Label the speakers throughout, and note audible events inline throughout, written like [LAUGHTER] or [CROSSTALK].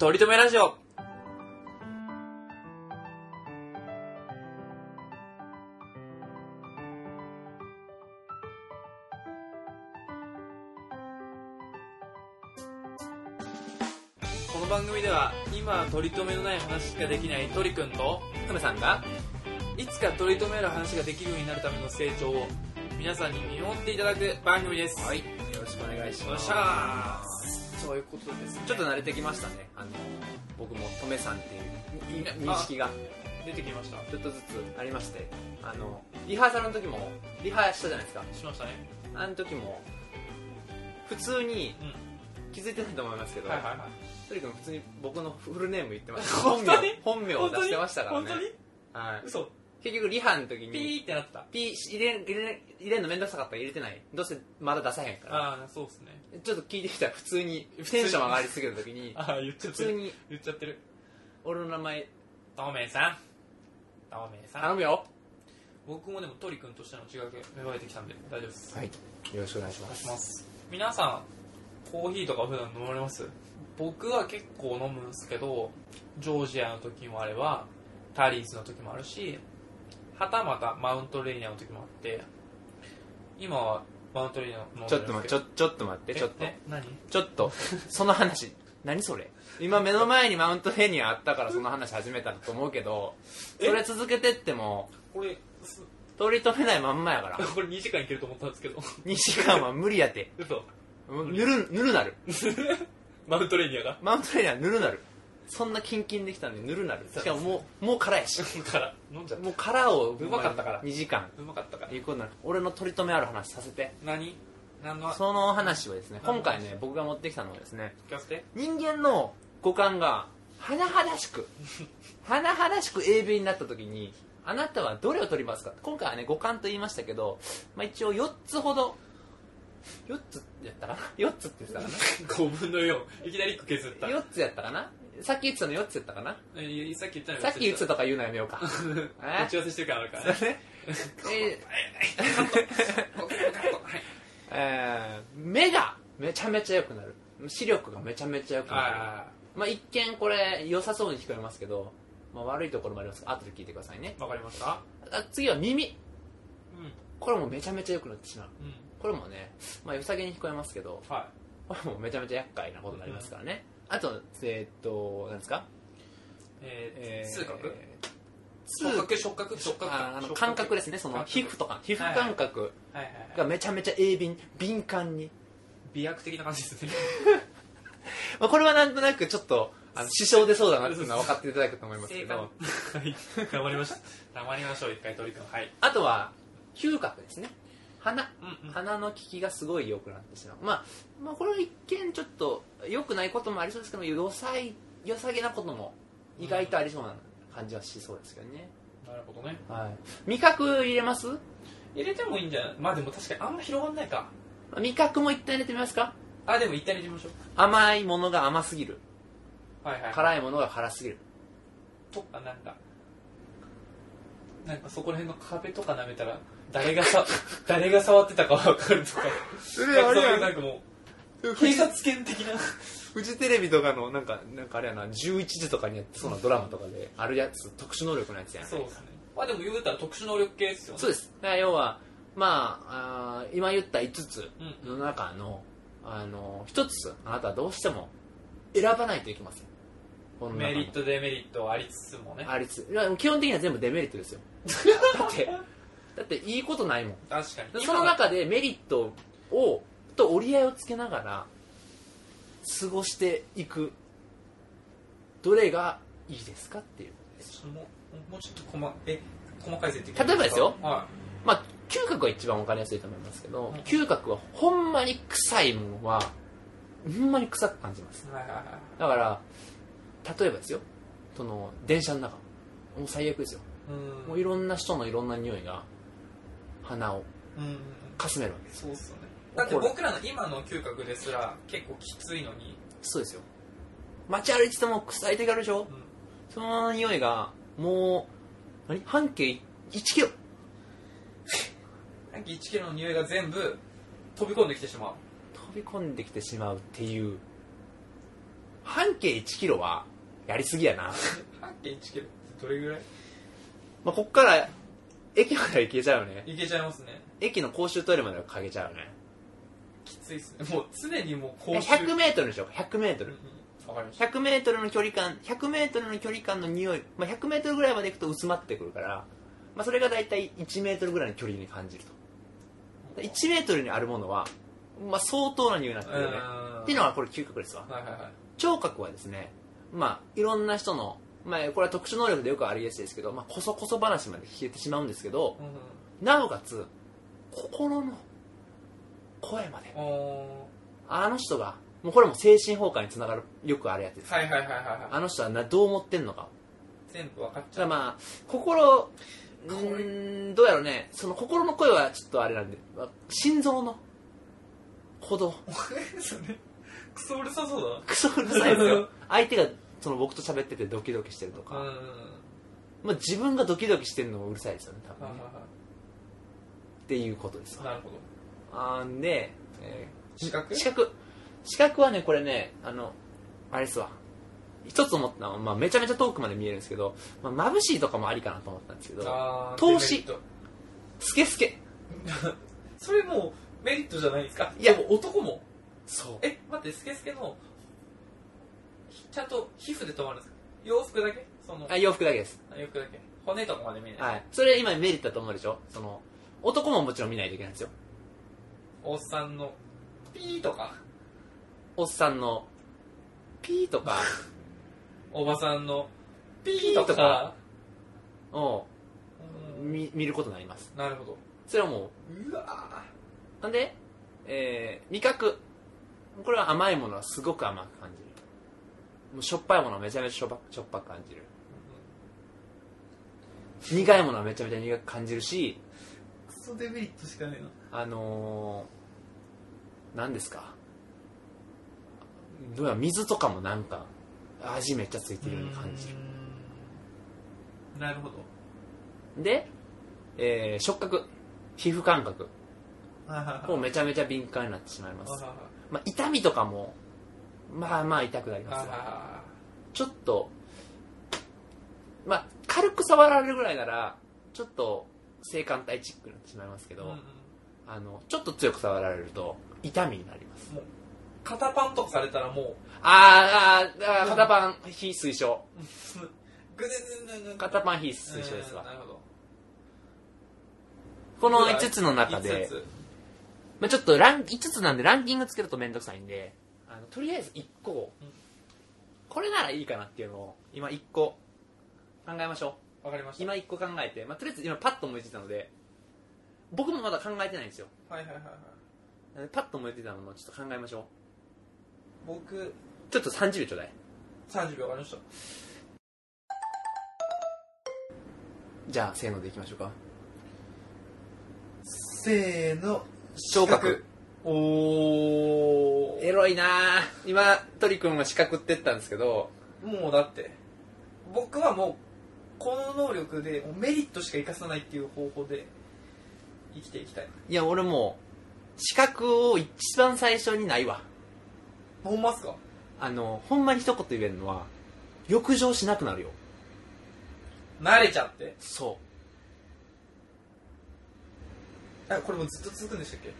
Speaker 1: とりとめラジオこの番組では今取り留めのない話しかできないトリくんと
Speaker 2: トメさんが
Speaker 1: いつか取り留める話ができるようになるための成長を皆さんに見守っていただく番組です
Speaker 2: はいよろしくお願いし
Speaker 1: よ
Speaker 2: ま
Speaker 1: っ
Speaker 2: す
Speaker 1: しゃーそういうことですね
Speaker 2: ちょっと慣れてきましたねあの僕もトメさんっていう
Speaker 1: あ
Speaker 2: い認識が
Speaker 1: 出てきました
Speaker 2: ちょっとずつありましてあのリハーサルの時もリハしたじゃないですか
Speaker 1: しましたね
Speaker 2: あの時も普通に
Speaker 1: うん
Speaker 2: 気づいてないと思いますけど、
Speaker 1: はいはいはい
Speaker 2: とにかく普通に僕のフルネーム言ってました
Speaker 1: [LAUGHS] 本当に
Speaker 2: 本名本名を出してましたからね
Speaker 1: 本当に
Speaker 2: はい、
Speaker 1: 嘘
Speaker 2: 結局リハの
Speaker 1: ピ
Speaker 2: 時に
Speaker 1: ーってなってた
Speaker 2: ピー入れん入れん入れんのめんどくさかったら入れてないどうせまだ出さへんから
Speaker 1: ああそうっすね
Speaker 2: ちょっと聞いてみたら普通にテンション上がりすぎる時
Speaker 1: [LAUGHS]
Speaker 2: に
Speaker 1: ああ言っちゃっ
Speaker 2: 普
Speaker 1: て
Speaker 2: 通
Speaker 1: る
Speaker 2: に
Speaker 1: 言っちゃってる
Speaker 2: 俺の名前
Speaker 1: トメさんトメさ
Speaker 2: [LAUGHS] 頼
Speaker 1: ん
Speaker 2: むよ
Speaker 1: 僕もでもトリ君としての違いが芽生えてきたんで大丈夫です
Speaker 2: はいよろしくお願いし
Speaker 1: お
Speaker 2: ま
Speaker 1: 願いします皆さんコーヒーとか普段飲まれます僕は結構飲むんですけどジョージアの時もあればタリーズの時もあるしはたまたマウントレーニアの時もあって今はマウントレーニア飲ん
Speaker 2: ち
Speaker 1: で
Speaker 2: ょ
Speaker 1: る
Speaker 2: っ
Speaker 1: んで
Speaker 2: と
Speaker 1: す
Speaker 2: 待
Speaker 1: け
Speaker 2: ち
Speaker 1: ど
Speaker 2: ょちょっと待ってちょっと
Speaker 1: ええ何
Speaker 2: ちょっとその話何それ今目の前にマウントヘニアあったからその話始めたと思うけどそ
Speaker 1: え
Speaker 2: れ続けてっても
Speaker 1: これす
Speaker 2: 取り留めないまんまやから
Speaker 1: これ2時間いけると思ったんですけど
Speaker 2: 2時間は無理やて
Speaker 1: 嘘
Speaker 2: ぬるぬるなる
Speaker 1: マウントレーニアが
Speaker 2: マウントヘニアぬるなるそんなキンキンできたのにぬるなるしかももうもう辛いし
Speaker 1: から飲んじゃった
Speaker 2: もう殻を
Speaker 1: うまかったから
Speaker 2: 2時間
Speaker 1: うまかったから
Speaker 2: いうことなの俺の取り留めある話させて
Speaker 1: 何何の
Speaker 2: その話をですね今回
Speaker 1: は
Speaker 2: ね僕が持ってきたのはですね
Speaker 1: 聞かせて
Speaker 2: 人間の五感が甚だしく甚だしく鋭敏になった時にあなたはどれを取りますか今回はね五感と言いましたけど、まあ、一応4つほど4つやったかな4つって言ってたか
Speaker 1: 5分の4いきなり1個削った
Speaker 2: な4つやったかなさっき言ってたの4つやったかな
Speaker 1: えさっき言ったの
Speaker 2: さっき言っ
Speaker 1: た
Speaker 2: てたとか言うのやめようか
Speaker 1: 打ち合わせしてるからあるからね
Speaker 2: ええ
Speaker 1: はい
Speaker 2: えー目がめちゃめちゃ良くなる視力がめちゃめちゃ良くなる
Speaker 1: あ
Speaker 2: まあ、一見これ良さそうに聞こえますけど、まあ、悪いところもありますから後で聞いてくださいね
Speaker 1: あわかりました
Speaker 2: あ次は耳
Speaker 1: うん
Speaker 2: これもめちゃめちゃ良くなってしまう
Speaker 1: うん
Speaker 2: これもね、まあ、良さげに聞こえますけど
Speaker 1: は
Speaker 2: これもめちゃめちゃ厄介なことになりますからね、あとえーっと何ですか、
Speaker 1: いえ
Speaker 2: え
Speaker 1: ー
Speaker 2: ー
Speaker 1: 痛覚
Speaker 2: 痛
Speaker 1: 覚触覚触覚
Speaker 2: ああの感覚ですねその
Speaker 1: 感覚
Speaker 2: 皮膚とか皮膚感覚
Speaker 1: はいはいは
Speaker 2: が
Speaker 1: い
Speaker 2: めちゃめちゃ鋭敏敏感に、
Speaker 1: 美薬的な感じですね
Speaker 2: まあ、これはなんとなくちょっとあの支障出そうだなっていうのは分かっていただくと思いますけ
Speaker 1: [LAUGHS] 正
Speaker 2: ど
Speaker 1: 解 [LAUGHS] はい頑張りました [LAUGHS] 頑張りましょう一回取り組むはい
Speaker 2: あとは嗅覚ですね鼻
Speaker 1: うんうん
Speaker 2: 鼻の利きがすごい良くなってしまう、まあ、まあこれは一見ちょっと良くないこともありそうですけど良さい良さげなことも意外とありそうな感じはしそうですけどね、
Speaker 1: なるほどね
Speaker 2: はい、味覚入れます
Speaker 1: 入れてもいいんじゃないまあでも確かにあんま広がんないか
Speaker 2: 味覚も一旦入れてみますか
Speaker 1: あでも一旦入れてみましょ
Speaker 2: 甘いものが甘すぎる
Speaker 1: うはいはい
Speaker 2: 辛いものが辛すぎる
Speaker 1: とかなんかなんかそこら辺の壁とか舐めたら誰が [LAUGHS] さ誰が触ってたか分かるとか
Speaker 2: そ
Speaker 1: なんかそういうなんかもう警察犬的な
Speaker 2: フジテレビとかのなんかなんかあれやな11時とかにやってそうなドラマとかであるやつ特殊能力のやつやん
Speaker 1: そうですねまあでも言うたら特殊能力系ですよね
Speaker 2: そうですだから要はまああー今言った5つ
Speaker 1: うん
Speaker 2: の中のあの一つあなたはどうしても選ばないといけませんこの中
Speaker 1: メ
Speaker 2: の
Speaker 1: リットデメリットありつつもね
Speaker 2: ありつついや基本的には全部デメリットですよだってだっていいことないもん
Speaker 1: 確かに
Speaker 2: その中でメリットをと折り合いをつけながら過ごしていくどれがいいですかっていう
Speaker 1: そのもうもうちょっと細え細かい設定
Speaker 2: 例えばですよ
Speaker 1: は
Speaker 2: まあ嗅覚は一番分かりやすいと思いますけど、
Speaker 1: うん
Speaker 2: 嗅覚はほんまに臭いものはほんまに臭く感じます
Speaker 1: いはいはいはい
Speaker 2: だから例えばですよその電車の中もう最悪ですよ
Speaker 1: うん
Speaker 2: もういろんな人のいろんな匂いが鼻を
Speaker 1: うんうんうん
Speaker 2: かすめるわけです
Speaker 1: そうっすよねだって僕らの今の嗅覚ですら結構きついのに、
Speaker 2: そうですよ街歩いてても臭い手があるでしょ
Speaker 1: うん
Speaker 2: その匂いがもう何半径1キロ
Speaker 1: なんか1キロの匂いが全部飛び込んできてしまう
Speaker 2: 飛び込んできてしまうっていう半径1キロはやりすぎやな、
Speaker 1: 半径1キロってどれぐらい
Speaker 2: まあ、こっから駅までは行けちゃうよね
Speaker 1: いけちゃいますね
Speaker 2: 駅の公衆トイレまではかけちゃうよね
Speaker 1: きついっすねもう常にもう公衆
Speaker 2: 100m でしょ
Speaker 1: うん
Speaker 2: 100m
Speaker 1: うんわかりました
Speaker 2: 100m の距離感 100m の距離感の匂い、まあ、100m ぐらいまで行くと薄まってくるから、まあ、それが大体 1m ぐらいの距離に感じると 1m にあるものは、まあ、相当な匂いになってくるよね
Speaker 1: うん
Speaker 2: っていうのはこれ嗅覚ですわ
Speaker 1: はいはいはい
Speaker 2: 聴覚はですねまあいろんな人の、まあ、これは特殊能力でよくありがちですけど、まあ、こそこそ話まで消えてしまうんですけど
Speaker 1: うんうん
Speaker 2: なおかつ心の声まで
Speaker 1: お
Speaker 2: あの人がもうこれも精神崩壊につながるよくあるやつで
Speaker 1: ー
Speaker 2: す
Speaker 1: はいはいはいはいは
Speaker 2: あの人はなどう思ってんのか
Speaker 1: い全部分かっ
Speaker 2: だ
Speaker 1: ち
Speaker 2: か
Speaker 1: ゃ
Speaker 2: ら
Speaker 1: う
Speaker 2: まあ心う
Speaker 1: これ
Speaker 2: ーんどうやろうねその心の声はちょっとあれなんでまあ心臓の鼓動
Speaker 1: それクソうるさそう
Speaker 2: クソうるさいですよ相手がその僕と喋っててドキドキしてると
Speaker 1: だ
Speaker 2: か、
Speaker 1: うんうんうん
Speaker 2: まあ、自分がドキドキしてるのもうるさいですよね多分
Speaker 1: はい
Speaker 2: ね
Speaker 1: はいは
Speaker 2: っていうことです
Speaker 1: いなるほど
Speaker 2: あーで、えー
Speaker 1: 視覚
Speaker 2: 視覚視覚はねこれねあのあれですわ一つ思ったのは、まあ、めちゃめちゃ遠くまで見えるんですけど、まあ、眩しいとかもありかなと思ったんですけど
Speaker 1: あー
Speaker 2: 投資
Speaker 1: デメリット
Speaker 2: スケスケ
Speaker 1: それもうメリットじゃないですか
Speaker 2: いや
Speaker 1: でも男も
Speaker 2: そう
Speaker 1: え待ってスケスケのひちゃんと皮膚で止まるんですか洋服だけその
Speaker 2: あ洋服だけです、
Speaker 1: 洋服だけ骨とかまで見えない
Speaker 2: はい、それ今メリットだと思うでしょその男ももちろん見ないといけないんですよ
Speaker 1: おっさんのピーとか
Speaker 2: おっさんのピーとか
Speaker 1: おばさんのピ
Speaker 2: ー
Speaker 1: ー
Speaker 2: とか
Speaker 1: とか
Speaker 2: を
Speaker 1: うん
Speaker 2: 見見ることになります
Speaker 1: なるほど
Speaker 2: それはもう
Speaker 1: うわ
Speaker 2: なんで、えー味覚これは甘いものはすごく甘く感じるもうしょっぱいものはめちゃめちゃしょっぱしょっぱく感じる苦いものはめちゃめちゃ苦く感じるし
Speaker 1: クソデメリットしかねえな
Speaker 2: あのー、何ですかどうやら水とかもなんか味めっちゃついてるように感じ
Speaker 1: うんなるほど
Speaker 2: るで、えー触覚皮膚感覚
Speaker 1: はいはいはい
Speaker 2: もうめちゃめちゃ敏感になってしまいます、
Speaker 1: は
Speaker 2: まあ、痛みとかもまあまあ痛くなり
Speaker 1: いはいはい
Speaker 2: ますわ
Speaker 1: は
Speaker 2: ちょっと、まあ、軽く触られるぐらいなら、ちょっと、性感帯チックになってしまいますけ
Speaker 1: い
Speaker 2: ど、
Speaker 1: はいうんうん
Speaker 2: あの、ちょっと強く触られると、痛みになります。
Speaker 1: 肩パンとかされたらもう
Speaker 2: あー、あーあー肩パン、非推奨。
Speaker 1: グズグズグズ
Speaker 2: 肩パン、非推奨です
Speaker 1: うん
Speaker 2: わ。
Speaker 1: なるほど
Speaker 2: この5つの中
Speaker 1: 5、
Speaker 2: で
Speaker 1: つ
Speaker 2: まあ、ちょっとラン、5つなんでランキングつけるとめんどくさいんで、あの、とりあえず1個を
Speaker 1: うん、
Speaker 2: これならいいかなっていうのを、今1個、考えましょう。
Speaker 1: わかりました
Speaker 2: 今1個考えて、まあ、とりあえず今パッと思いついたので、僕もまだ考えてないんですよ。
Speaker 1: はいはいはいはい
Speaker 2: なんでパッと思いついたものをちょっと考えましょ
Speaker 1: 僕
Speaker 2: うちょっと30秒ちょうだい
Speaker 1: 30秒わかりました
Speaker 2: じゃあせーのでいきましょうか
Speaker 1: せーの
Speaker 2: 聴覚
Speaker 1: お
Speaker 2: エ
Speaker 1: ー
Speaker 2: ロいなあ今鳥くんが資格ってったんですけど
Speaker 1: もうだって僕はもうこの能力でもうメリットしか生かさないっていう方法で生きていきたい
Speaker 2: いや俺もう資格を一番最初にないわ
Speaker 1: 思いますか
Speaker 2: あのほんまに一言言えるのは浴場しなくなるよ
Speaker 1: 慣れちゃって
Speaker 2: そ
Speaker 1: あこれもうずっと続くんでしたっけ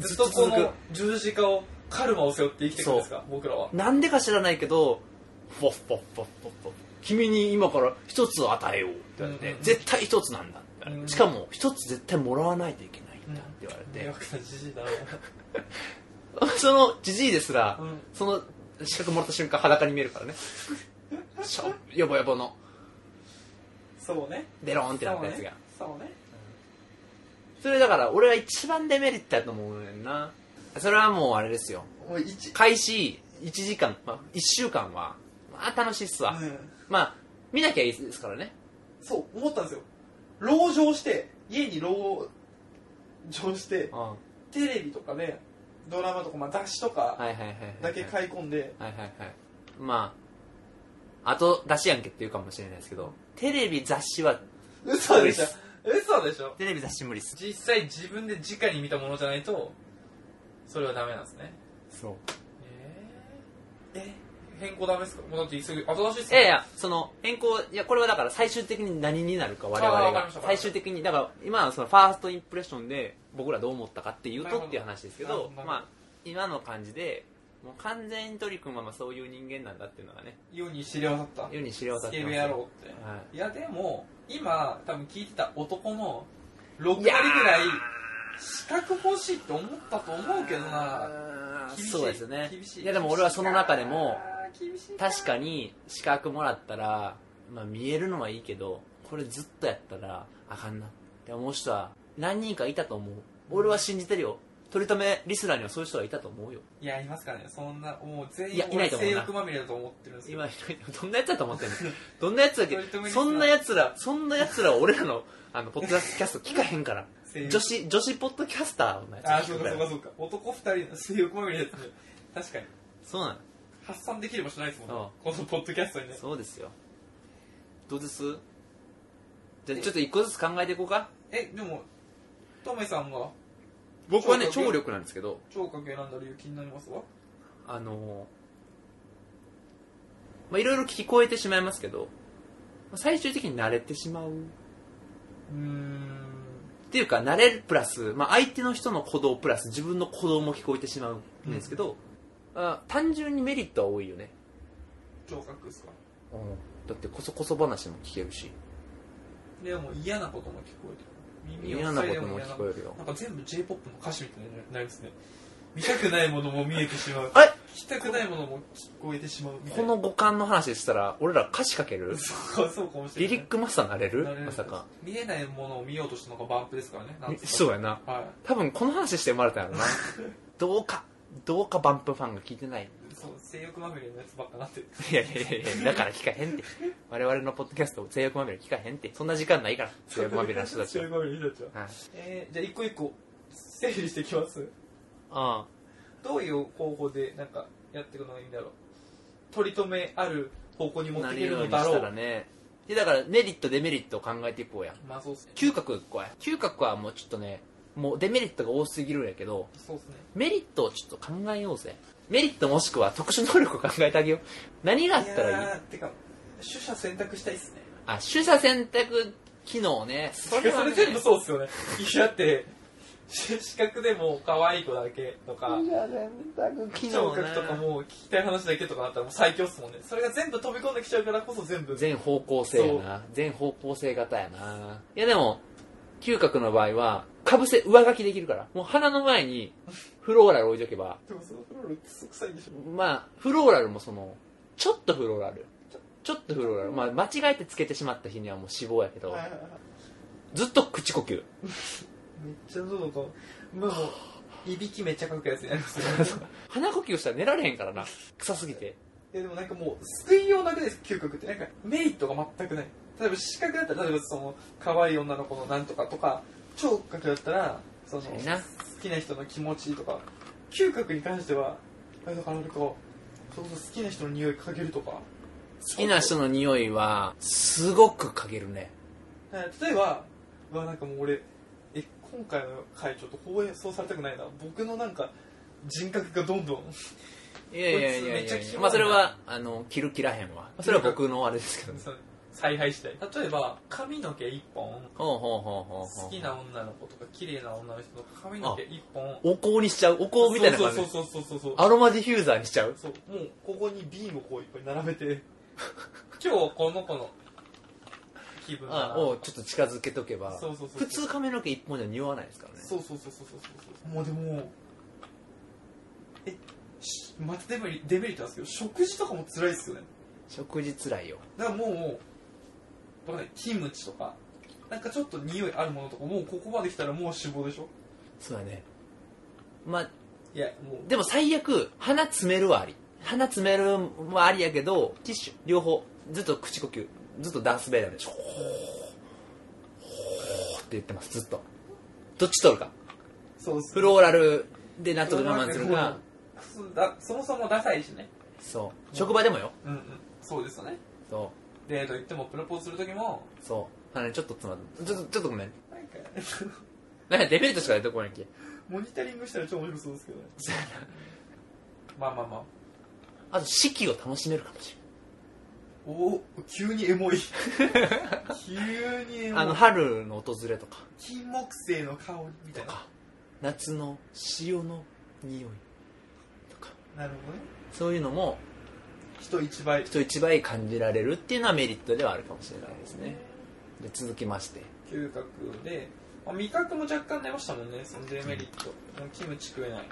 Speaker 2: ず
Speaker 1: ず
Speaker 2: っ
Speaker 1: っ
Speaker 2: と
Speaker 1: と
Speaker 2: 続く
Speaker 1: この十字架をカルマを背負って生きていくんですか僕らは
Speaker 2: うなんでか知らないけどフォッフォッフォッフォッフォッ君に今から一つを与えようって言われて、
Speaker 1: うんうん
Speaker 2: 絶対一つなんだって言われて
Speaker 1: うん
Speaker 2: しかも一つ絶対もらわないといけないんだって言われて
Speaker 1: [LAUGHS] 迷、惑なじじいだな
Speaker 2: [LAUGHS] そのじじいですら、
Speaker 1: うん
Speaker 2: その資格もらった瞬間裸に見えるか
Speaker 1: [LAUGHS]
Speaker 2: らねしょヨボヨボの
Speaker 1: そうね
Speaker 2: デローンってなったやつが
Speaker 1: そうね
Speaker 2: それだから俺は一番デメリットだと思うねんなそれはもうあれですよ
Speaker 1: もう一
Speaker 2: 開始1時間、まあ、1週間はまあ楽しいっすわ、
Speaker 1: うん
Speaker 2: まあ見なきゃいいですからね
Speaker 1: そう思ったんですよ籠城して家に籠城して
Speaker 2: うんは
Speaker 1: テレビとかでドラマとか、まあ、雑誌と
Speaker 2: いは
Speaker 1: か
Speaker 2: いはいはい
Speaker 1: だけ買い込んで、
Speaker 2: はいはいはいまああと出しやんけっていうかもしれないですけどテレビ雑誌は
Speaker 1: 嘘でしょ嘘でしょ
Speaker 2: テレビ雑誌無理っす
Speaker 1: 実際自分で直に見たものじゃないとそれはダメなんですね
Speaker 2: そう
Speaker 1: えー、え変更ダメですかもうだってすぐ後出しです
Speaker 2: い
Speaker 1: よ
Speaker 2: やいや、その変更、いや、これはだから最終的に何になるか、我
Speaker 1: あーわ
Speaker 2: 々
Speaker 1: かりま
Speaker 2: が
Speaker 1: した。
Speaker 2: 最終的に、だから今はそのファーストインプレッションで僕らどう思ったかっていう
Speaker 1: なる
Speaker 2: と
Speaker 1: ほど
Speaker 2: っていう話ですけ
Speaker 1: なるほ
Speaker 2: ど
Speaker 1: どな、るほど
Speaker 2: まあ、今の感じで、もう完全に鳥くんはまあそういう人間なんだっていうのがね、
Speaker 1: 世に知り渡った
Speaker 2: 世に知れ渡
Speaker 1: ス
Speaker 2: って
Speaker 1: ケ
Speaker 2: ま
Speaker 1: ベ
Speaker 2: す
Speaker 1: 野
Speaker 2: よ。
Speaker 1: 郎って、、
Speaker 2: はい
Speaker 1: やでも今多分聞いてた男の6割
Speaker 2: い
Speaker 1: ぐ
Speaker 2: やー
Speaker 1: らい資格欲しいって思ったと思うけどな
Speaker 2: あー
Speaker 1: 厳しい
Speaker 2: そうですね
Speaker 1: 厳しい
Speaker 2: いやでも俺はその中でも
Speaker 1: あー厳しい
Speaker 2: 確かに資格もらったら、まあ、見えるのはいいけどこれずっとやったらあかんなって思う人は何人かいたと思う俺は信じてるよ取り留めリスナーにはそういう人がいたと思うよ
Speaker 1: いやいますかねそんなもう全
Speaker 2: い
Speaker 1: 員
Speaker 2: やいな
Speaker 1: 俺
Speaker 2: いと思う
Speaker 1: 性
Speaker 2: な
Speaker 1: 欲まみれだと思ってるんですよ
Speaker 2: 今 [LAUGHS] どんなやつだと思って
Speaker 1: [LAUGHS]
Speaker 2: んのどんなやつだっけ
Speaker 1: 取り留めリスナ
Speaker 2: そ
Speaker 1: ー
Speaker 2: んなやつらそんなやつらは俺らのあのポッドキャスト聞かへんから
Speaker 1: 性欲
Speaker 2: 女子女子ポッドキャスターのやつ
Speaker 1: ああそ
Speaker 2: 聞
Speaker 1: う
Speaker 2: く
Speaker 1: かそう
Speaker 2: から
Speaker 1: かそうか男2人の性欲まみれですね確かに
Speaker 2: そうなの
Speaker 1: 発散できればしないですもんね
Speaker 2: ああ
Speaker 1: このポッドキャストにね
Speaker 2: そうですよどうですじゃあちょっと一個ずつ考えていこうか
Speaker 1: えでもトメさんが
Speaker 2: 僕はね
Speaker 1: 聴
Speaker 2: 聴
Speaker 1: 力
Speaker 2: 力なんですけど
Speaker 1: 聴覚選んだ理由気になりますわ
Speaker 2: あのまあいろいろ聞こえてしまいますけどまあ最終的に慣れてしまうっ
Speaker 1: うーん
Speaker 2: ていうか慣れるプラス、まあ、相手の人の鼓動プラス自分の鼓動も聞こえてしまうんですけど、あ単純にメリットは多いよね、
Speaker 1: 聴覚ですか
Speaker 2: だってこそこそ話も聞けるし
Speaker 1: でも嫌なことも聞こえてくる耳を
Speaker 2: 嫌な
Speaker 1: 塞い
Speaker 2: こ
Speaker 1: で
Speaker 2: とも聞こえるよ
Speaker 1: なんか全部 J-POP の歌詞みたいになりますね見たくないものも見えてしまう
Speaker 2: あれ
Speaker 1: 聞きたくないものも聞こえてしまうみたい
Speaker 2: こ
Speaker 1: な
Speaker 2: の五感の話したら俺ら歌詞書ける
Speaker 1: そうかそうかもしれ
Speaker 2: リ
Speaker 1: ない
Speaker 2: リックマスターなれる
Speaker 1: なれる
Speaker 2: まさか
Speaker 1: 見えないものを見ようとしたのがバンプですからねなんつったって
Speaker 2: そうやな
Speaker 1: はい
Speaker 2: 多分この話して生まれた
Speaker 1: [LAUGHS]
Speaker 2: んやろなどうかどうかバンプファンが聞いてない
Speaker 1: そう性欲まみれのやつばっかなって
Speaker 2: いやいやいやいやだから聞かへんって我々のポッドキャストを性欲まみれ聞かへんってそんな時間ないから性欲まみれの人たち
Speaker 1: [LAUGHS] 性
Speaker 2: は、
Speaker 1: 欲まみれの人
Speaker 2: [LAUGHS]
Speaker 1: たちは
Speaker 2: はい、
Speaker 1: えー、じゃあ一個一個整理していきます
Speaker 2: あ
Speaker 1: どういう方法でなんかやっていくのがいいんだろう取り留めある方向に
Speaker 2: あ
Speaker 1: 持っ
Speaker 2: な
Speaker 1: てい
Speaker 2: る
Speaker 1: ける
Speaker 2: よう
Speaker 1: の
Speaker 2: に
Speaker 1: だ
Speaker 2: し
Speaker 1: ろ
Speaker 2: た
Speaker 1: う
Speaker 2: らねでだからメリットデメリットを考えていこうや
Speaker 1: まあそうっすね
Speaker 2: 嗅覚こうや嗅覚はもうちょっとねもうデメリットが多すぎるんやけど
Speaker 1: そうっすね
Speaker 2: メリットをちょっと考えようぜメリットもしくは特殊能力を考えてあげよう何があったらいい
Speaker 1: やーてか取捨選択したいっすね
Speaker 2: あ取捨選択機能ねそ
Speaker 1: それ
Speaker 2: れはね
Speaker 1: 全部そうっすよねいやだってし視覚でも可愛い子だけとか
Speaker 2: 機
Speaker 1: 聴
Speaker 2: 能ね
Speaker 1: 覚とかも聞きたい話だけとかだったらもう最強っすもんねそれが全部飛び込んできちゃうからこそ全部
Speaker 2: 全方向性やな全方向性型やないやでも嗅覚の場合はかぶせ上書きできるからもう鼻の前にフローラル置いとけば
Speaker 1: でもそのフローラルクソ臭いんでしょ
Speaker 2: まあフローラルもそのちょっとフローラルちょっとフローラル、まあ、間違えてつけてしまった日にはもう死亡やけど
Speaker 1: はいはいはい
Speaker 2: ずっと口呼吸
Speaker 1: めっちゃ喉がまあもういびきめっちゃかくやつになりますよ
Speaker 2: [LAUGHS]
Speaker 1: ね
Speaker 2: 鼻呼吸したら寝られへんからな臭すぎて
Speaker 1: いやでもなんかもう救いようなくないです嗅覚ってなんかメリットが全くない例えば視覚だったら例えばその可愛い女の子のなんとかとか聴覚だったらその好
Speaker 2: 確かにな
Speaker 1: きな人の気持ちとか嗅覚に関してはあだからなんかそれこそ好きな人の匂い嗅げるとか
Speaker 2: 好きな人の匂いはすごく嗅げるね
Speaker 1: えー例えばうわなんかもう俺え今回の回ちょっと放送されたくないな僕のなんか人格がどんどん [LAUGHS]
Speaker 2: いやいやいや
Speaker 1: こいつめっ
Speaker 2: い
Speaker 1: ちゃ
Speaker 2: や
Speaker 1: キモいな
Speaker 2: まあそれはあの切る切らへんわそれは僕のあれですけど
Speaker 1: そう采配したい例えば髪の毛一本
Speaker 2: ほうほうほうほうほう
Speaker 1: 好きな女の子とか綺麗な女の人とか髪の毛一本
Speaker 2: お香にしちゃうお香みたいな
Speaker 1: そう
Speaker 2: 感じ
Speaker 1: そうそうそうそうそう
Speaker 2: アロマディフューザーにしちゃう
Speaker 1: そうもうここに瓶をこういっぱい並べて今日この子の気分だな
Speaker 2: をちょっと近づけとけば
Speaker 1: そうそうそう
Speaker 2: 普通髪の毛一本じゃ匂わないですからね
Speaker 1: そうそうそうそうそうそうもうでもえしまたデメリデメリットなんですけど食事とかも辛いですよね
Speaker 2: 食事つらいよ
Speaker 1: だからもうわかんないキムチとかなんかちょっと匂いあるものとかもうここまで来たらもう死亡でしょ
Speaker 2: そうだねまあ
Speaker 1: いやもう
Speaker 2: でも最悪鼻詰めるはあり鼻詰めるはありやけどティッシュ両方ずっと口呼吸ずっとダース・ベイダーでしょほーほーって言ってますずっとどっち取るか
Speaker 1: そうっす
Speaker 2: フローラルでなんとか我慢するか
Speaker 1: クソだそもそもダサいしね
Speaker 2: そう職場でもよ
Speaker 1: うんうんそうですよね
Speaker 2: そう
Speaker 1: デート行ってもプロポーズする時も
Speaker 2: そう。鼻にちょっと詰まる。ちょっと、ちょっとごめん。
Speaker 1: なんか [LAUGHS]
Speaker 2: なんかデメリットしか出てこないっけ。
Speaker 1: モニタリングしたら超面白そうですけどねまあまあまあ
Speaker 2: あと四季を楽しめるかもし
Speaker 1: お急にエ
Speaker 2: [LAUGHS]
Speaker 1: モい急にエ
Speaker 2: れ
Speaker 1: モ
Speaker 2: ないいあの春の訪れとか
Speaker 1: 金木犀の香りみた
Speaker 2: と
Speaker 1: いな
Speaker 2: か夏の潮の匂いとか
Speaker 1: なるほどね
Speaker 2: そういうのも
Speaker 1: 人一倍
Speaker 2: 人一倍感じられるっていうのはメリットではあるかもしれないですねで続きまして
Speaker 1: 嗅覚で、まあ味覚も若干出ましたもんねそのデメリットもうキムチ食えない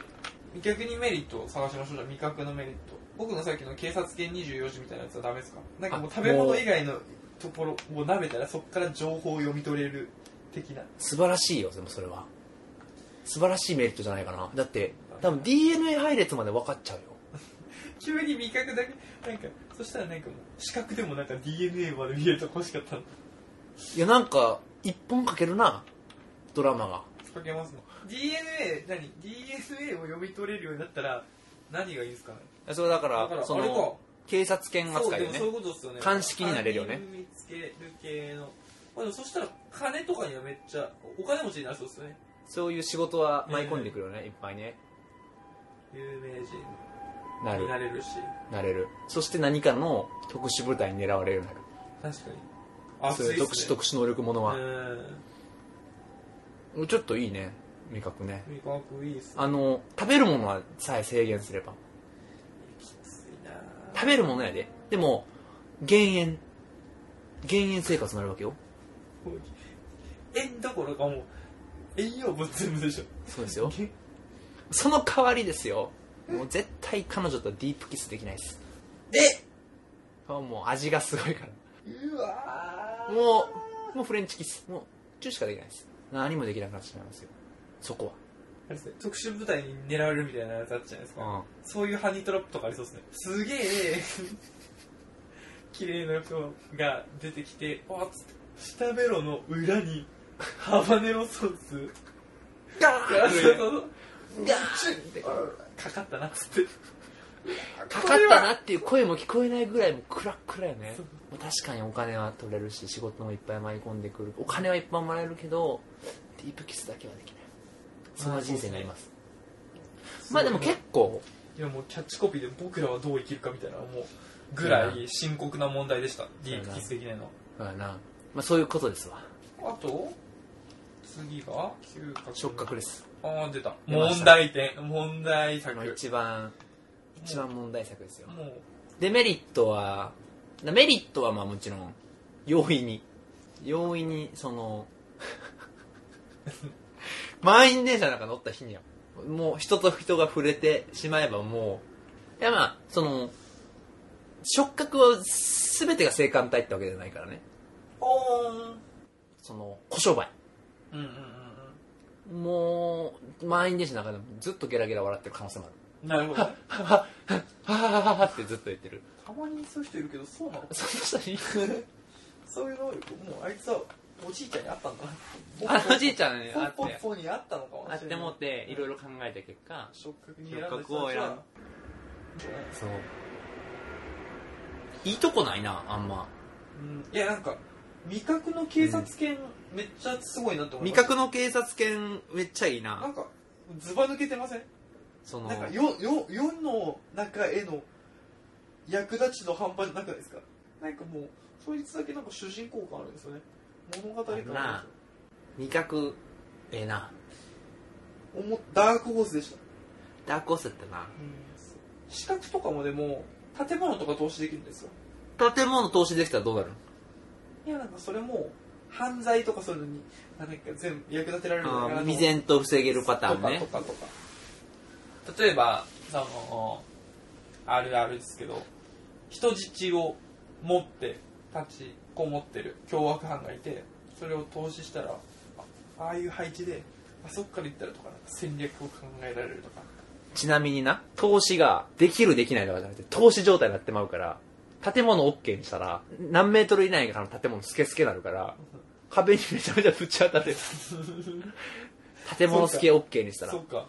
Speaker 1: 逆にメリットを探しましょうじゃあ味覚のメリット僕のさっきの警察犬24時みたいなやつはダメですかなんかもう
Speaker 2: あ
Speaker 1: 食べ物以外のところを舐めたらそこから情報を読み取れる的な
Speaker 2: 素晴らしいよでもそれは素晴らしいメリットじゃないかなだって多分 DNA 配列まで分かっちゃうよ
Speaker 1: 急に味覚だけなんかそしたらなんかもう視覚でもなんか DNA まで見えると欲しかったの
Speaker 2: いやなんか一本かけるなドラマが
Speaker 1: かけますの DNA 何 DNA を読み取れるようになったら何がいいですかね
Speaker 2: それだか
Speaker 1: だからあれか
Speaker 2: 警察
Speaker 1: そ
Speaker 2: 犬
Speaker 1: う
Speaker 2: 扱い
Speaker 1: で
Speaker 2: よ
Speaker 1: も
Speaker 2: ね
Speaker 1: そういうことですよね
Speaker 2: 鑑識になれるよね
Speaker 1: 犯人見つける系の、まあ、でもそしたら金とかにはめっちゃお金持ちになりそうですよね
Speaker 2: そういう仕事は舞い込んでくるよね、いっぱいね
Speaker 1: 有名
Speaker 2: な
Speaker 1: 人
Speaker 2: る
Speaker 1: になれるし
Speaker 2: なれるそして何かの特殊部隊に狙われるようになる
Speaker 1: 確かにあ
Speaker 2: そういう特殊特殊能力ものは、
Speaker 1: うん
Speaker 2: ちょっといいね味覚ね
Speaker 1: 味覚いいっすね
Speaker 2: あの食べるものはさえ制限すれば
Speaker 1: きついな
Speaker 2: 食べるものやででも減塩減塩生活になるわけよ
Speaker 1: 円どころかもう栄養分全部でしょ
Speaker 2: そうですよその代わりですよもう絶対彼女とディープキスできないです
Speaker 1: え
Speaker 2: あもう味がすごいから
Speaker 1: うわー
Speaker 2: もうもうフレンチキスもうチューしかできないです何もできなくなってしまいますよそこ
Speaker 1: あれですね特殊部隊に狙われるみたいなやつあったじゃないですか、
Speaker 2: は、
Speaker 1: そういうハニートラップとかありそうですね。すげえ、綺麗な子が出てきて、あっつって、下ベロの裏に、ハバネロソース、
Speaker 2: うん、ガ
Speaker 1: そ
Speaker 2: ー
Speaker 1: うそう
Speaker 2: ッ
Speaker 1: そう
Speaker 2: ガーッて
Speaker 1: かかったなっつって。
Speaker 2: かかったなっていう声も聞こえないぐらいもうクラックラよねもう確かにお金は取れるし仕事もいっぱい舞い込んでくるお金はいっぱいもらえるけどディープキスだけはできないそんな人生になりますまあでも結構
Speaker 1: いやもうキャッチコピーで僕らはどう生きるかみたいな、もう、ぐらい深刻な問題でした。ディープキスできないのは。
Speaker 2: そうやな、まあ、そういうことですわ
Speaker 1: あと、次が、嗅覚。
Speaker 2: 触覚です
Speaker 1: ああ、出た。
Speaker 2: 出ま
Speaker 1: 問
Speaker 2: した
Speaker 1: 題点、問題作。
Speaker 2: まあ一番一番問題作ですよ
Speaker 1: もう、
Speaker 2: デメリットはメリットはまあもちろん容易に容易にその [LAUGHS] 満員電車なんか乗った日にはもう人と人が触れてしまえばもういやまあその触覚は全てが性感帯ってわけじゃないからね
Speaker 1: おーん。
Speaker 2: その小商売
Speaker 1: うんうんうん
Speaker 2: もう満員電車の中でもずっとゲラゲラ笑ってる可能性もある
Speaker 1: うん。なるほどね。
Speaker 2: はははははははってずっと言ってる
Speaker 1: たまにそういう人いるけどそうな
Speaker 2: [LAUGHS]
Speaker 1: の
Speaker 2: その人に
Speaker 1: そういう能力もうあいつはおじいちゃんにあったんだな
Speaker 2: あのじいちゃんね
Speaker 1: ポ
Speaker 2: あ
Speaker 1: ッ
Speaker 2: っ
Speaker 1: ポ
Speaker 2: て
Speaker 1: ッポにあったのかもしれ
Speaker 2: あ
Speaker 1: ない
Speaker 2: ってもっていろいろ考えた結果
Speaker 1: 触覚に選んだ人たち
Speaker 2: 触覚を選ん
Speaker 1: は
Speaker 2: そういいとこないなあんま
Speaker 1: うんいやなんか味覚の警察犬めっちゃすごいなと思い
Speaker 2: 味
Speaker 1: ました
Speaker 2: 覚の警察犬めっちゃいい
Speaker 1: な
Speaker 2: なん
Speaker 1: かズバ抜けてません
Speaker 2: その
Speaker 1: なんかよよ世の中への役立ちの半端なくないですかなんかもうそいつだけなんか主人公感あるんですよね物語感あるんですよ
Speaker 2: な味覚ええな
Speaker 1: おもダークホースでした
Speaker 2: ダークホースってな
Speaker 1: 資格とかもでも建物とか投資できるんですよ
Speaker 2: 建物投資できたらどうなる
Speaker 1: いやなんかそれも犯罪とかそういうのにあなんか全部役立てられるんじゃないかなと
Speaker 2: 未然と防げるパターン
Speaker 1: と
Speaker 2: ね
Speaker 1: かとかとか例えばそのあるあるですけど人質を持って立ちこもってる凶悪犯がいてそれを投資したらあああいう配置であそこから行ったらとかなんか戦略を考えられるとか
Speaker 2: ちなみにな投資ができるできないとかじゃなくて投資状態になってまうから建物 OK にしたら何メートル以内からの建物スケスケなるから壁にめちゃめちゃぶち当た [LAUGHS] る建物スケ OK にしたら
Speaker 1: そうか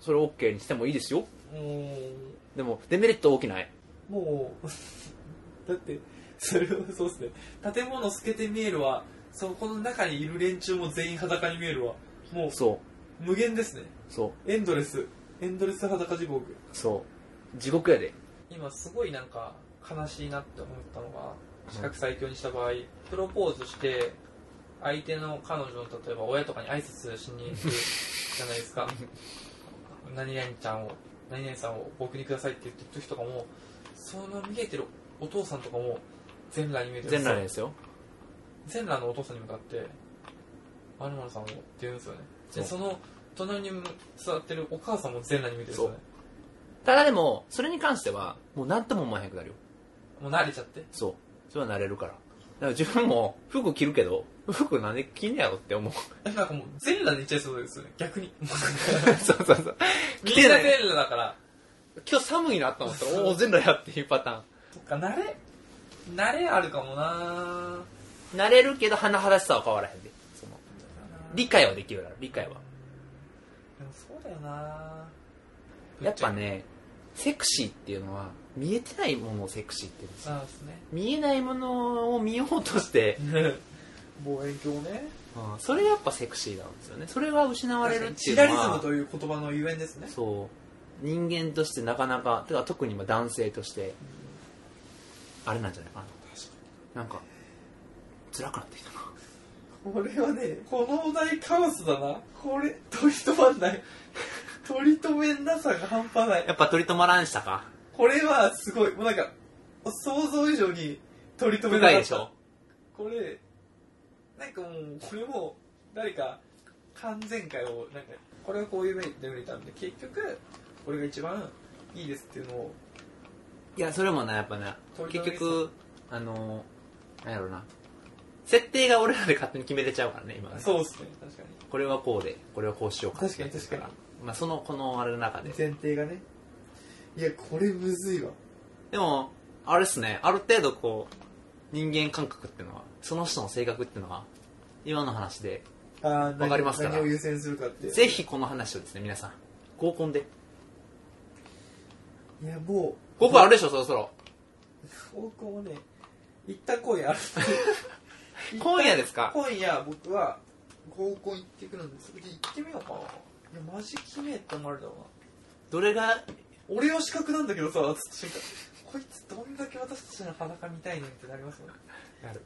Speaker 2: それを OK にしてもいいですよ
Speaker 1: うーん
Speaker 2: でもデメリット大きない
Speaker 1: もう、 [LAUGHS] だって、それはそうですね。建物透けて見えるわ。そこの中にいる連中も全員裸に見えるわ。もう、
Speaker 2: そう
Speaker 1: 無限ですね。
Speaker 2: そう
Speaker 1: エンドレス。エンドレス裸地獄。
Speaker 2: そう地獄やで
Speaker 1: 今すごいなんか悲しいなって思ったのが視覚最強にした場合プロポーズして相手の彼女の例えば親とかに挨拶しに行くじゃない
Speaker 2: [LAUGHS]
Speaker 1: ですか何々ちゃんを何々さんを僕にくださいって言ってる時とかもその見えてるお父さんとかも全裸に見えてる
Speaker 2: 全裸ですよ
Speaker 1: 全裸のお父さんに向かって「まるまるさんを」って言うんですよねで
Speaker 2: そ
Speaker 1: その隣に座ってるお母さんも全裸に見えてるんですよね
Speaker 2: ただでもそれに関してはもう何とも思わへんくなるよ
Speaker 1: もう慣れちゃって
Speaker 2: そうそれは慣れるからだから自分も服着るけど服なんで着んねやろって思う [LAUGHS]
Speaker 1: えなんかもう全裸でいっちゃいそうですよね逆 [LAUGHS] に
Speaker 2: そうそうそう
Speaker 1: み
Speaker 2: 着
Speaker 1: ん
Speaker 2: て
Speaker 1: な
Speaker 2: ない
Speaker 1: 全裸だから
Speaker 2: 今日寒いなと思ったらおお全裸やっていうパタ
Speaker 1: そっか慣れ慣れあるかもな
Speaker 2: ーン慣れるけど甚だしさは変わらへんでその理解はできるから理解は
Speaker 1: でもそうだよな
Speaker 2: やっぱねセクシーっていうのは見えてないものをセクシーって言うんですよ
Speaker 1: そうですね
Speaker 2: 見えないものを見ようとして
Speaker 1: [LAUGHS] 望遠鏡ね
Speaker 2: うんそれやっぱセクシーなんですよねそれが失われるってい
Speaker 1: シ
Speaker 2: うの
Speaker 1: ラ
Speaker 2: は
Speaker 1: リズムという言葉のゆえんですね
Speaker 2: そう人間としてなかなかてか特に今男性としてあれなんじゃないかななんか辛くなってきたな
Speaker 1: これはね、このお題カオスだな。これ、取り留まんない。 [LAUGHS] 取り留めなさが半端ない。
Speaker 2: やっぱ取り留まらんしたか
Speaker 1: これはすごい。もうなんか、想像以上に取り留めな
Speaker 2: 深い
Speaker 1: か
Speaker 2: で
Speaker 1: っ
Speaker 2: しょ
Speaker 1: た。これ、なんかもう、これも、誰か、完全回を、なんか、これはこういう目で見れたんで、結局、これが一番いいですっていうのを、
Speaker 2: いやそれもなやっぱな
Speaker 1: 取り留め
Speaker 2: 結
Speaker 1: そう
Speaker 2: 局あのなんやろうな設定が俺らで勝手に決めれちゃうからね今ね
Speaker 1: そうですね、確かに。
Speaker 2: これはこうでこれはこうしようか
Speaker 1: 確かに確かに
Speaker 2: まあ、そのこのあれの中で
Speaker 1: 前提がね。いや、これむずいわ。
Speaker 2: でもあれっすねある程度こう人間感覚っていうのはその人の性格っていうのは今の話で
Speaker 1: あー
Speaker 2: わかりますから
Speaker 1: 何を優先するかって。
Speaker 2: ぜひこの話をですね皆さん合コンで
Speaker 1: いや、もう、
Speaker 2: 合コンあるでしょそろそろ
Speaker 1: 高校はね行った今夜
Speaker 2: 今夜ですか
Speaker 1: [LAUGHS] 今夜僕は合コン行ってくるんですで行ってみようかないやマジきめえって思われたわ
Speaker 2: どれが
Speaker 1: 俺は視覚なんだけどさつった瞬間こいつどんだけ私たちの裸見たいねんってなりますよね
Speaker 2: やる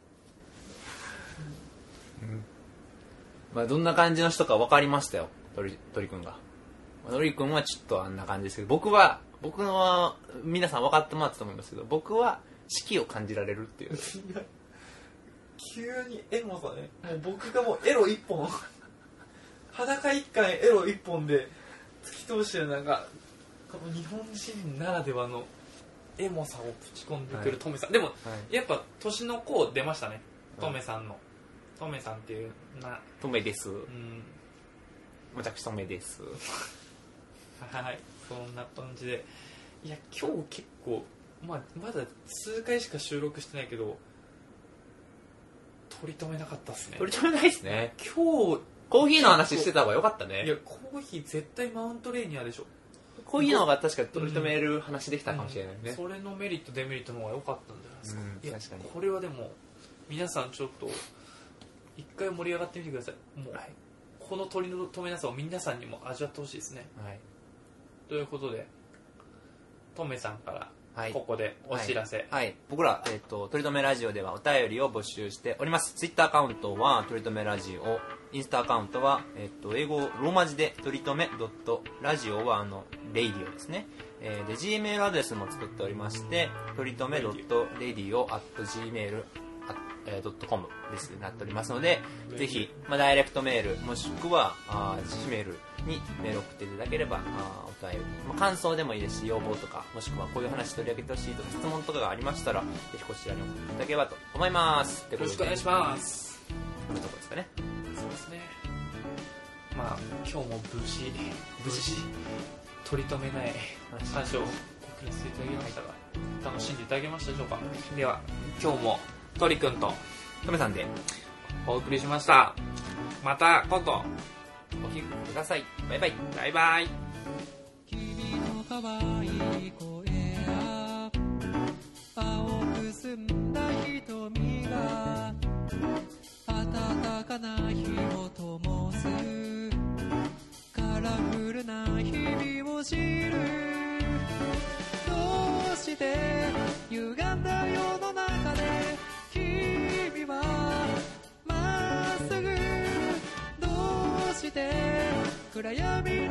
Speaker 2: うんまあどんな感じの人か分かりましたよ鳥鳥くんがまあ鳥くんはちょっとあんな感じですけど僕は僕の皆さん分かってもらったと思いますけど僕は四季を感じられるっていう
Speaker 1: いや急にエモさねもう僕がもうエロ一本裸一貫エロ一本で突き通してるなんかこの日本人ならではのエモさをぶち込んでく
Speaker 2: は
Speaker 1: る
Speaker 2: い
Speaker 1: トメさん、でも
Speaker 2: はい
Speaker 1: やっぱ年の子出ましたね
Speaker 2: はい
Speaker 1: トメさんのトメさんっていうな
Speaker 2: トメです
Speaker 1: うん
Speaker 2: 私トメです
Speaker 1: はいそんな感じでいや今日結構、まあ、まだ数回しか収録してないけど取り留めなかったっすね
Speaker 2: 取り留めないですね
Speaker 1: 今
Speaker 2: コーヒーの話してた方が良かった
Speaker 1: 日い
Speaker 2: ね
Speaker 1: やコーヒー絶対マウントレーニアでしょ
Speaker 2: コーヒーの方が確かに取り留める話できたかもしれないね、
Speaker 1: それのメリットデメリットの方が良かったんじゃないですか,、
Speaker 2: うん
Speaker 1: いや
Speaker 2: 確かに
Speaker 1: これはでも皆さんちょっと一回盛り上がってみてくださいもう、
Speaker 2: はい
Speaker 1: この取り留めなさを皆さんにも味わってほしいですね
Speaker 2: はい
Speaker 1: ということでトメさんか
Speaker 2: は
Speaker 1: ら
Speaker 2: い
Speaker 1: ここでお知らせ、
Speaker 2: はい、はい僕ら、えっととりとめラジオではお便りを募集しておりますツイッターアカウントはとりとめラジオインスタアカウントは、えっと英語ローマ字でとりとめドットラジオはあのレイディオですね、えーで Gmail アドレスも作っておりましてとりとめドットレディオ at gmail ドットコムですなっておりますのでぜひ、まあ、ダイレクトメールもしくはあー G メールにメールを送っていただければあーお便り、まあ、感想でもいいですし要望とかもしくはこういう話取り上げてほしいとか質問とかがありましたらぜひこちらに送っていただければと思います
Speaker 1: よろしくお願いします
Speaker 2: すこういうとこですかね
Speaker 1: そうですねまあ今日も無事無事取り留めない話をお送りしていただきましたが楽しんでいただけましたでしょうかでは今日も鳥くんと
Speaker 2: トメさんで
Speaker 1: お送りしましたまた今度
Speaker 2: お聞きくださいバイバイ
Speaker 1: バイバイ
Speaker 3: 君の可愛い声や青く澄んだ瞳が暖かな火を灯すカラフルな日々を知るどうして暗闇